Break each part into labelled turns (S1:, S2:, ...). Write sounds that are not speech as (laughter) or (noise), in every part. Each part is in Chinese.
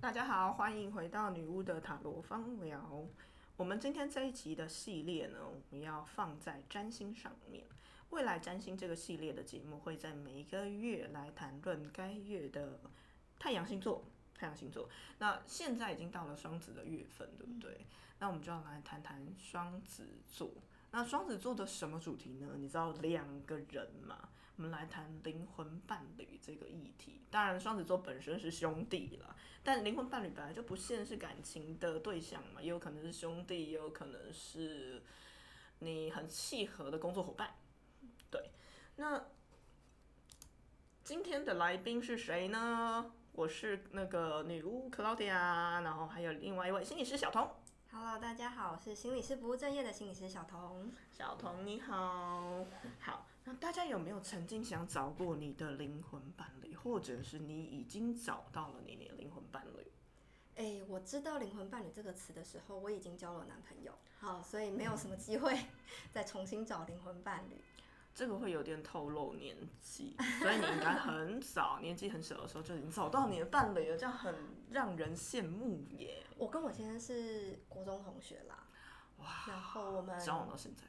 S1: 大家好，欢迎回到女巫的塔罗方聊。我们今天这一集的系列呢，我们要放在占星上面。未来占星这个系列的节目会在每一个月来谈论该月的太阳星座。太阳星座，那现在已经到了双子的月份，
S2: 嗯
S1: 对不对？那我们就要来谈谈双子座。那双子座的什么主题呢？你知道两个人嘛？我们来谈灵魂伴侣这个议题。当然，双子座本身是兄弟啦，但灵魂伴侣本来就不限是感情的对象嘛，也有可能是兄弟，也有可能是你很契合的工作伙伴。对，那今天的来宾是谁呢？我是那个女巫 Claudia，然后还有另外一位心理师小童。
S2: Hello，大家好，我是心理师不务正业的心理师小童。
S1: 小童你好，好，那大家有没有曾经想找过你的灵魂伴侣，或者是你已经找到了你的灵魂伴侣？
S2: 哎、我知道“灵魂伴侣”这个词的时候，我已经交了男朋友，嗯好，所以没有什么机会 (laughs) 再重新找灵魂伴侣。
S1: 这个会有点透露年纪， (laughs) 所以你应该很早，年纪很小的时候就已经找到你的伴侣了，这样很让人羡慕耶！
S2: 我跟我先生是国中同学啦，
S1: 哇，
S2: 然后我们
S1: 交往到现在，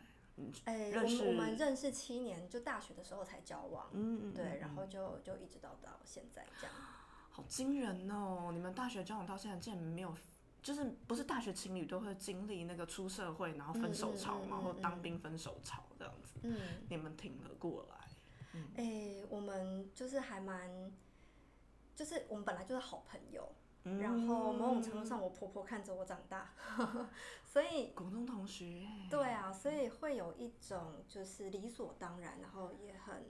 S2: 哎、我
S1: 认识
S2: 们我们认识七年，就大学的时候才交往，
S1: 嗯，嗯
S2: 对，
S1: 嗯
S2: 然后就就一直到到现在这样。
S1: 好惊人哦！你们大学交往到现在，竟然没有，就是不是大学情侣都会经历那个出社会然后分手潮嘛，
S2: 嗯嗯嗯嗯
S1: 或当兵分手潮这样子，
S2: 嗯，
S1: 你们挺了过来。
S2: 哎、我们就是还蛮，就是我们本来就是好朋友，
S1: 嗯
S2: 然后某种程度上，我婆婆看着我长大， (laughs) 所以
S1: 国嗯中同学，
S2: 对啊，所以会有一种就是理所当然，然后也很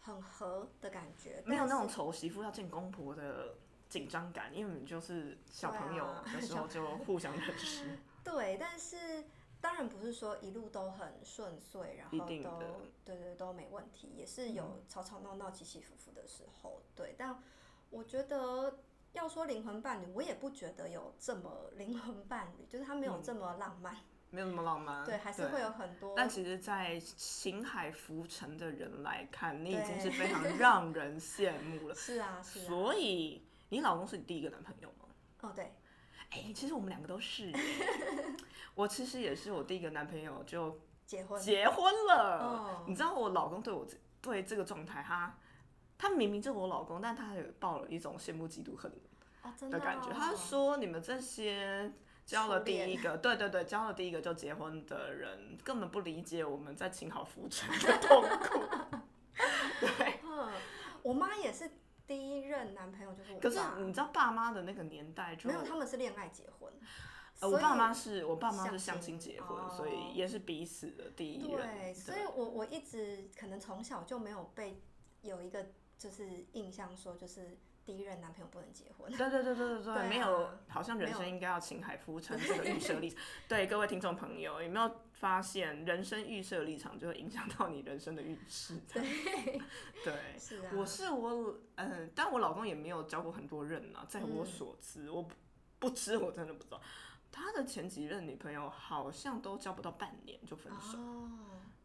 S2: 很合的感觉，
S1: 没有那种
S2: 但是
S1: 丑媳妇要见公婆的紧张感，因为你们就是小朋友
S2: 对啊
S1: 的时候就互相认识，
S2: 对，啊但是当然不是说一路都很顺遂，然
S1: 一
S2: 后
S1: 定的嗯
S2: 都对对都没问题，也是有吵吵闹闹、起起伏伏的时候，对，但我觉得。要说灵魂伴侣，我也不觉得有这么灵魂伴侣，就是他没有这么浪漫，
S1: 没有那么浪漫。
S2: 对，还是会有很多
S1: 嗯啊但其实，在形海浮沉的人来看，你已经
S2: 对
S1: 是非常让人羡慕了。
S2: (laughs) 是啊，是啊，
S1: 所以，你老公是你第一个男朋友吗？
S2: 哦，对，
S1: 哎、其实我们两个都是
S2: (laughs)
S1: 耶。我其实也是我第一个男朋友就
S2: 结婚，
S1: 结婚了
S2: 哦。
S1: 你知道我老公对我这对这个状态，他他明明就是我老公，但他也抱了一种羡慕、嫉妒、恨
S2: 哦，真
S1: 的
S2: 哦
S1: 感觉。他说你们这些。交了第一个，对对对，交了第一个就结婚的人，根本不理解我们在情好浮沉的
S2: (laughs)
S1: 痛苦。对，
S2: 嗯，我妈也是第一任男朋友就是我爸，
S1: 可是你知道爸妈的那个年代就
S2: 没有，他们是恋爱结婚，
S1: 呃，
S2: 所
S1: 我
S2: 以
S1: 爸妈是我爸妈是相
S2: 相
S1: 亲
S2: 亲
S1: 结婚，
S2: 哦
S1: 所以也是彼此的第一人。
S2: 对，所以我我一直可能从小就没有被有一个就是印象说就是第一任男朋友不能结婚，
S1: 对对对对对
S2: 对啊
S1: 没有，好像人生
S2: 没
S1: 应该要情海浮沉这个预设立
S2: (laughs)
S1: 场。对各位听众朋友，有没有发现人生预设立场就会影响到你人生的运势？ (laughs) 对，对。
S2: 是啊，
S1: 我是我，嗯、但我老公也没有交过很多任啊，在我
S2: 嗯
S1: 所知，我不不知我真的不知道。他的前几任女朋友好像都交不到半年就分手，
S2: 哦，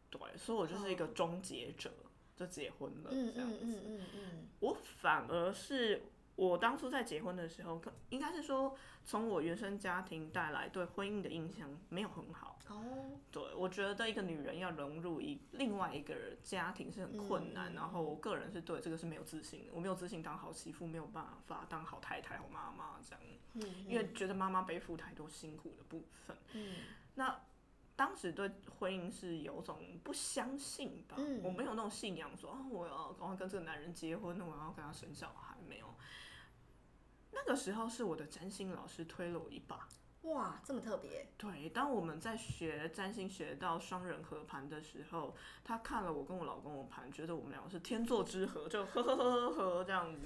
S1: 对，所以我就是一个终结者，就结婚了
S2: 嗯
S1: 这样
S2: 嗯
S1: 子。
S2: 嗯嗯嗯，
S1: 我反而是我当初在结婚的时候，可应该是说从我原生家庭带来对婚姻的印象没有很好。
S2: 哦，
S1: 对我觉得一个女人要融入一另外一个人家庭是很困难，
S2: 嗯嗯
S1: 然后我个人是对这个是没有自信的，我没有自信当好媳妇，没有办法当好太太、好妈妈这样，
S2: 嗯，
S1: 因为觉得妈妈背负太多辛苦的部分。
S2: 嗯
S1: 那当时对婚姻是有种不相信吧，
S2: 嗯
S1: 我没有那种信仰说，啊，我要赶快跟这个男人结婚，我要跟他生小孩，没有。那个时候是我的占星老师推了我一把。
S2: 哇，这么特别，
S1: 对，当我们在学占星学到双人合盘的时候，他看了我跟我老公的盘，觉得我们两个是天作之合，就呵呵呵呵呵这样子，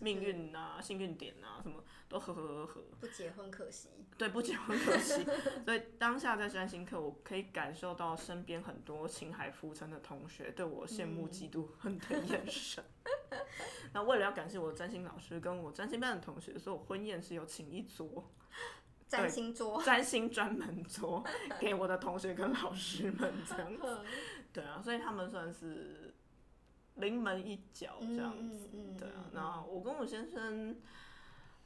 S1: 命运啊、幸运点啊，什么都呵呵呵呵。
S2: 不结婚可惜，
S1: 对，不结婚可惜。 (laughs) 所以当下在占星课，我可以感受到身边很多情海浮沉的同学对我羡慕、
S2: 嗯
S1: 嫉妒、恨的眼神。 (laughs) 那为了要感谢我的占星老师跟我占星班的同学，所以我婚宴是有请一桌
S2: 占星桌，
S1: 占星专门桌给我的同学跟老师们 (laughs) (laughs) 这样。对啊，所以他们算是临门一脚这样子。
S2: 嗯嗯嗯
S1: 对啊
S2: 嗯，
S1: 那我跟我先生，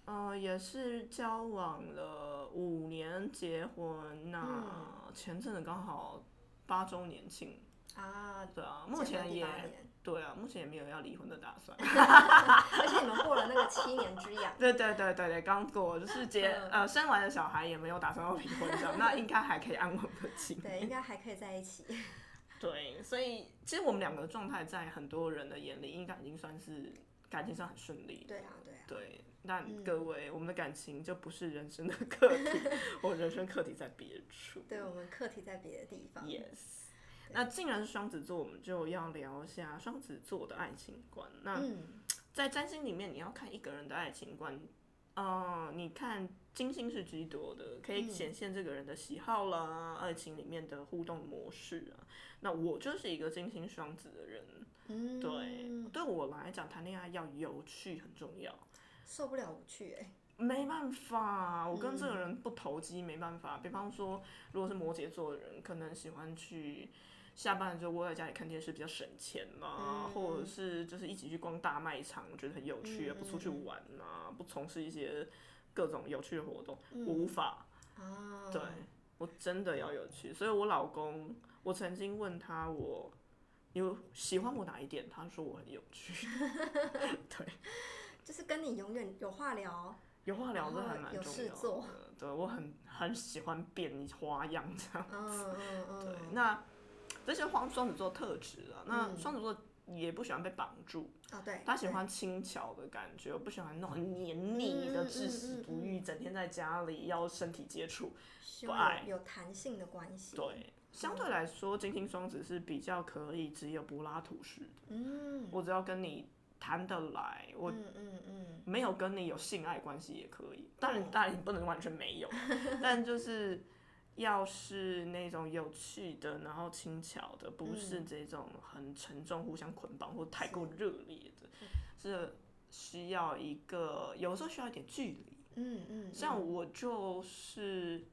S1: 呃，也是交往了五年，结婚那、前阵子刚好八周年庆，
S2: 啊，
S1: 对啊，目
S2: 结婚
S1: 前
S2: 第
S1: 也
S2: 八年
S1: 对啊，目前也没有要离婚的打 (laughs) 算。
S2: 而且你们过了那个七年之
S1: (laughs)
S2: 痒，
S1: 对对对对对，刚过就是结
S2: 嗯
S1: 呃生完了小孩也没有打算要离婚这样，那应该还可以安稳的进。
S2: 对，应该还可以在一起。
S1: (laughs) 对，所以其实我们两个的状态在很多人的眼里，应该已经算是感情上很顺利。
S2: 对啊，对啊，
S1: 对，那
S2: 嗯
S1: 各位，我们的感情就不是人生的课
S2: (laughs)
S1: 题，我人生课题在别处。
S2: 对啊我们课题在别的地方。 (laughs)
S1: Yes。那既然是双子座，我们就要聊一下双子座的爱情观。那
S2: 嗯，
S1: 在占星里面，你要看一个人的爱情观，呃，你看金星是居多的，可以
S2: 嗯
S1: 显现这个人的喜好啦，爱情里面的互动模式啊。那我就是一个金星双子的人，
S2: 嗯，
S1: 对，对我来讲，谈恋爱要有趣很重要。
S2: 受不了无趣哎、
S1: 没办法，我跟这个人不投机，没办法。比方说，如果是摩羯座的人，可能喜欢去下班了之后窝在家里看电视，比较省钱啦、
S2: 嗯
S1: 或者是就是一起去逛大卖场，我觉得很有趣，
S2: 嗯
S1: 不出去玩啊，不从事一些各种有趣的活动，
S2: 嗯
S1: 我无法。
S2: 啊，
S1: 对我真的要有趣，所以我老公，我曾经问他我。你喜欢我哪一点？他说我很有趣，
S2: 就是跟你永远有
S1: (laughs)
S2: 话聊，
S1: 有话聊这
S2: 然后
S1: 还蛮
S2: 哦有
S1: 重
S2: 事
S1: 要
S2: 做
S1: 的。对我很很喜欢变花样这样。
S2: 嗯嗯
S1: 对
S2: 嗯，，
S1: 那这些双双子座特质啊，那
S2: 嗯
S1: 双子座也不喜欢被绑住，
S2: 哦对，
S1: 他喜欢轻巧的感觉，不喜欢那种很黏腻的、
S2: 嗯嗯
S1: 至死不渝，整天在家里要身体接触。
S2: 对希
S1: 不
S2: 望
S1: 爱
S2: 有有弹性的关系，，
S1: 对，相
S2: 嗯
S1: 对来说，金星双子是比较可以只有柏拉图式的，
S2: 嗯，
S1: 我只要跟你谈得来，我
S2: 嗯嗯嗯，
S1: 没有跟你有性爱关系也可以，当然
S2: 嗯
S1: 当然你不能完全没有，但就是要是那种有趣的，然后轻巧的，不是这种很沉重、互相捆绑或太过热烈的，是需要一个有时候需要一点距离。
S2: 嗯嗯，
S1: 像我就是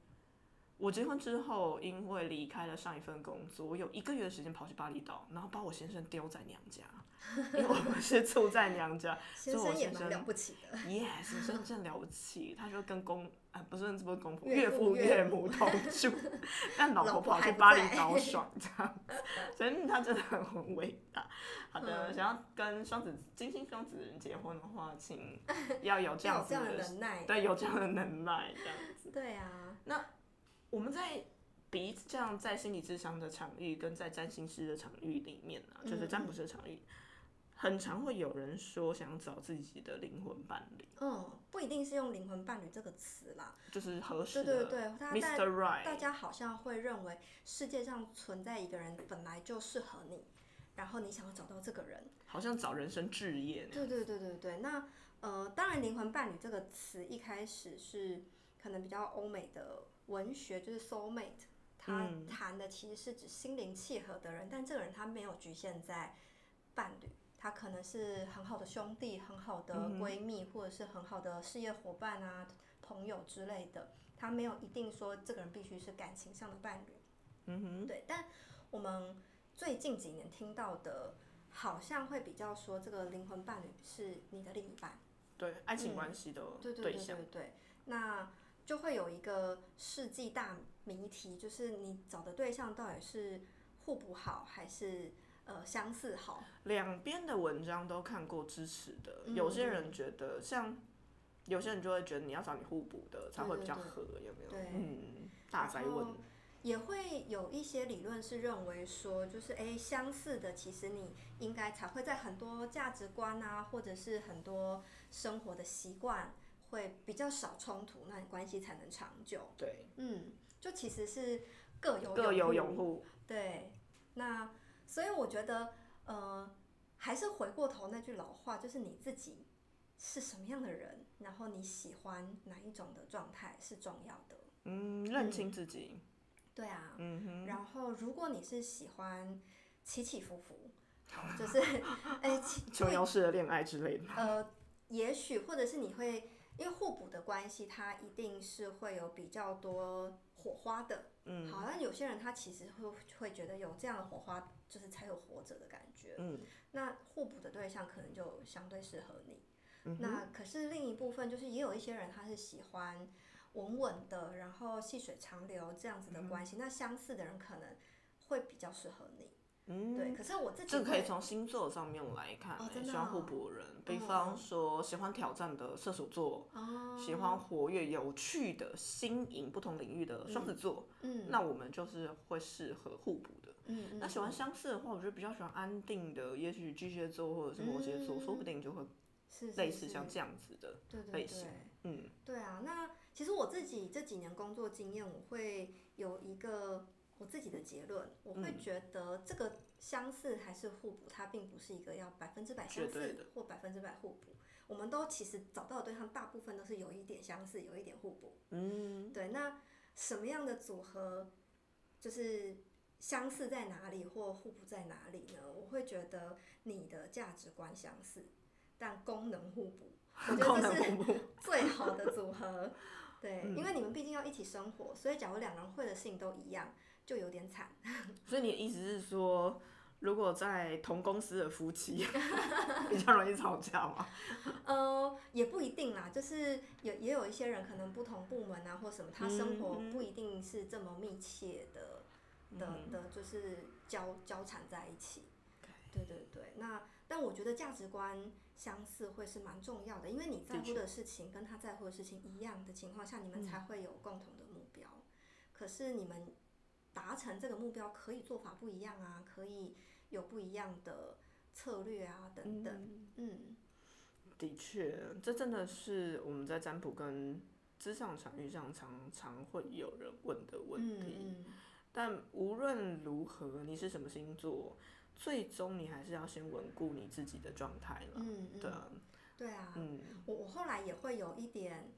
S1: 我结婚之后，因为离开了上一份工作，我有一个月的时间跑去巴厘岛，然后把我先生丢在娘家，因为我们是住在娘家。所
S2: 先
S1: 以我
S2: 生也
S1: 先
S2: 蛮
S1: 生
S2: 了不起的，
S1: Yes，真真了不起，他就跟公啊不是不是公婆，
S2: 岳
S1: 岳
S2: 父
S1: 父
S2: 岳
S1: 岳母同
S2: (laughs)
S1: 住，但老
S2: 老
S1: 婆
S2: 婆
S1: 跑
S2: 还
S1: 去
S2: 不
S1: 巴厘
S2: 在 (laughs)
S1: 岛爽这样子，所以嗯他真的很很伟大。好的，
S2: 嗯
S1: 想要跟双子金星双子人结婚的话，请要有这
S2: (laughs) 要
S1: 样
S2: 有
S1: 子
S2: 这样的
S1: 的，
S2: 能耐，
S1: 对，有这样的能耐这样子。
S2: 对啊，
S1: 我们在彼此这样在心理智商的场域跟在占星师的场域里面啊，就是
S2: 嗯
S1: 占卜师的场域，很常会有人说想找自己的灵魂伴侣，
S2: 嗯，不一定是用灵魂伴侣这个词啦，
S1: 就是合适
S2: 对
S1: 的。
S2: 对对，大家
S1: Mr.
S2: 在大
S1: Right，
S2: 家好像会认为世界上存在一个人本来就适合你，然后你想要找到这个人。
S1: 好像找人生置业那样。
S2: 对对对对对，那呃，当然“灵魂伴侣”这个词一开始是可能比较欧美的文学，就是 soul mate，它
S1: 嗯
S2: 谈的其实是指心灵契合的人，但这个人他没有局限在伴侣，他可能是很好的兄弟、很好的
S1: 嗯哼
S2: 闺蜜，或者是很好的事业伙伴啊、朋友之类的，他没有一定说这个人必须是感情上的伴侣。
S1: 嗯哼，
S2: 对，但我们最近几年听到的，好像会比较说这个灵魂伴侣是你的另一半，
S1: 对，爱情
S2: 嗯
S1: 关系的
S2: 对对对
S1: 象
S2: 对。对，那就会有一个世纪大谜题，就是你找的对象到底是互补好还是呃相似好？
S1: 两边的文章都看过支持的，
S2: 嗯
S1: 有些人觉得像，有些人就会觉得你要找你互补的才会比较合，有没有？
S2: 对
S1: 嗯，大灾
S2: 然
S1: 问
S2: 后。也会有一些理论是认为说，就是诶相似的，其实你应该才会在很多价值观啊，或者是很多生活的习惯会比较少冲突，那你关系才能长久。
S1: 对，
S2: 嗯，就其实是各有
S1: 各有
S2: 拥
S1: 拥护。
S2: 对，那所以我觉得，呃，还是回过头那句老话，就是你自己是什么样的人，然后你喜欢哪一种的状态是重要的。
S1: 嗯，认清自己。
S2: 对啊，
S1: 嗯哼，
S2: 然后，如果你是喜欢起起伏伏，就是
S1: (laughs)
S2: 哎、起
S1: 琼
S2: 会
S1: 瑶式的恋爱之类的。
S2: 呃，也许或者是你会因为互补的关系，它一定是会有比较多火花的。
S1: 嗯
S2: 好像有些人他其实会会觉得有这样的火花，就是才有活着的感觉。
S1: 嗯，
S2: 那互补的对象可能就相对适合你。
S1: 嗯
S2: 那可是另一部分就是也有一些人他是喜欢稳稳的，然后细水长流这样子的关系。那相似的人可能会比较适合你。
S1: 嗯，
S2: 对，可是我自己
S1: 这个可以
S2: 会
S1: 从星座上面来看、
S2: 哦
S1: 欸，
S2: 真的
S1: 喜欢互
S2: 哦
S1: 补的人，比
S2: 哦
S1: 方说喜欢挑战的射手座，
S2: 哦，
S1: 喜欢活跃、有趣的、新颖不同领域的双子座，
S2: 嗯
S1: 那我们就是会适合互补的。
S2: 嗯嗯，
S1: 那喜欢相似的话，我就比较喜欢安定的，也许巨蟹座或者是摩羯座，
S2: 嗯
S1: 说不定就会
S2: 是
S1: 类似像
S2: 样，
S1: 这样子的。
S2: 对对
S1: 类
S2: 对，
S1: 型嗯，
S2: 对啊，那其实我自己这几年工作经验，我会有一个我自己的结论，我会
S1: 嗯
S2: 觉得这个相似还是互补，它并不是一个要百分之百相
S1: 绝对的
S2: 似或百分之百互补。我们都其实找到的对象，大部分都是有一点相似，有一点互补。
S1: 嗯，
S2: 对，那什么样的组合就是相似在哪里或互补在哪里呢？我会觉得你的价值观相似，但功能互补，我觉
S1: 功
S2: 得这
S1: 能
S2: 是
S1: 互
S2: (laughs)
S1: 补。
S2: 最好的组合。对，
S1: 嗯
S2: 因为你们毕竟要一起生活，所以假如两个人会的事情都一样，就有点
S1: (coughs)
S2: 惨。
S1: 所以你的意思是说，如果在同公司的夫妻 (laughs) 比较容易吵架
S2: (laughs)
S1: 吗？
S2: 呃，也不一定啦，就是有也有一些人可能不同部门啊或什么，他生活
S1: 嗯嗯
S2: 不一定是这么密切的
S1: 嗯
S2: 的的，就是交交缠在一起。对对对，那但我觉得价值观相似会是蛮重要的，因为你在
S1: 的确嗯
S2: 乎的事情跟他在乎的事情一样的情况下，你们才会有共同的目标。可是你们达成这个目标，可以做法不一样啊，可以有不一样的策略啊，等等。
S1: 嗯，
S2: 嗯
S1: 的确，这真的是我们在占卜跟职场场域上常常会有人问的问
S2: 嗯
S1: 题。啊
S2: 嗯，
S1: 但无论如何，你是什么星座，最终你还是要先稳固你自己的状态了。
S2: 嗯嗯
S1: 对啊，
S2: 对啊，
S1: 嗯，
S2: 我我后来也会有一点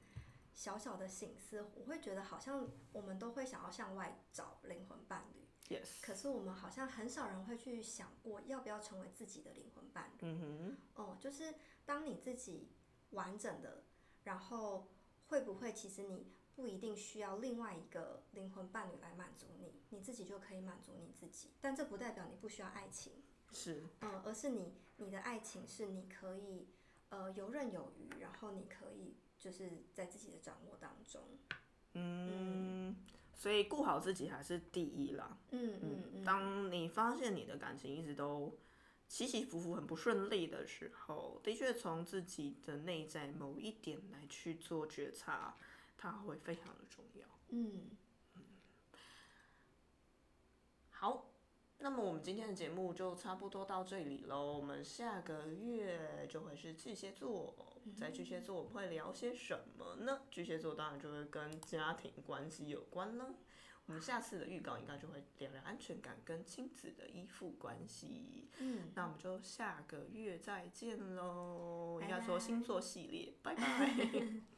S2: 小小的醒思，我会觉得好像我们都会想要向外找灵魂伴侣。
S1: Yes，
S2: 可是我们好像很少人会去想过要不要成为自己的灵魂伴侣。
S1: 嗯
S2: 哦、就是当你自己完整的，然后会不会其实你不一定需要另外一个灵魂伴侣来满足你，你自己就可以满足你自己。但这不代表你不需要爱情，
S1: 哼，是，
S2: 嗯、而是你你的爱情是你可以呃游刃有余，然后你可以就是在自己的掌握当中。
S1: 嗯，所以顾好自己还是第一啦。
S2: 嗯嗯
S1: 嗯，
S2: 嗯，
S1: 当你发现你的感情一直都起起伏伏、很不顺利的时候，的确从自己的内在某一点来去做觉察，它会非常的重要。
S2: 嗯，
S1: 好，那么我们今天的节目就差不多到这里喽。我们下个月就会是巨蟹座，
S2: 嗯
S1: 在巨蟹座我们会聊些什么呢？巨蟹座当然就会跟家庭关系有关了。我们下次的预告应该就会聊聊安全感跟亲子的依附关系。
S2: 嗯，
S1: 那我们就下个月再见喽，应
S2: 拜
S1: 该说
S2: 拜
S1: 星座系列，拜拜。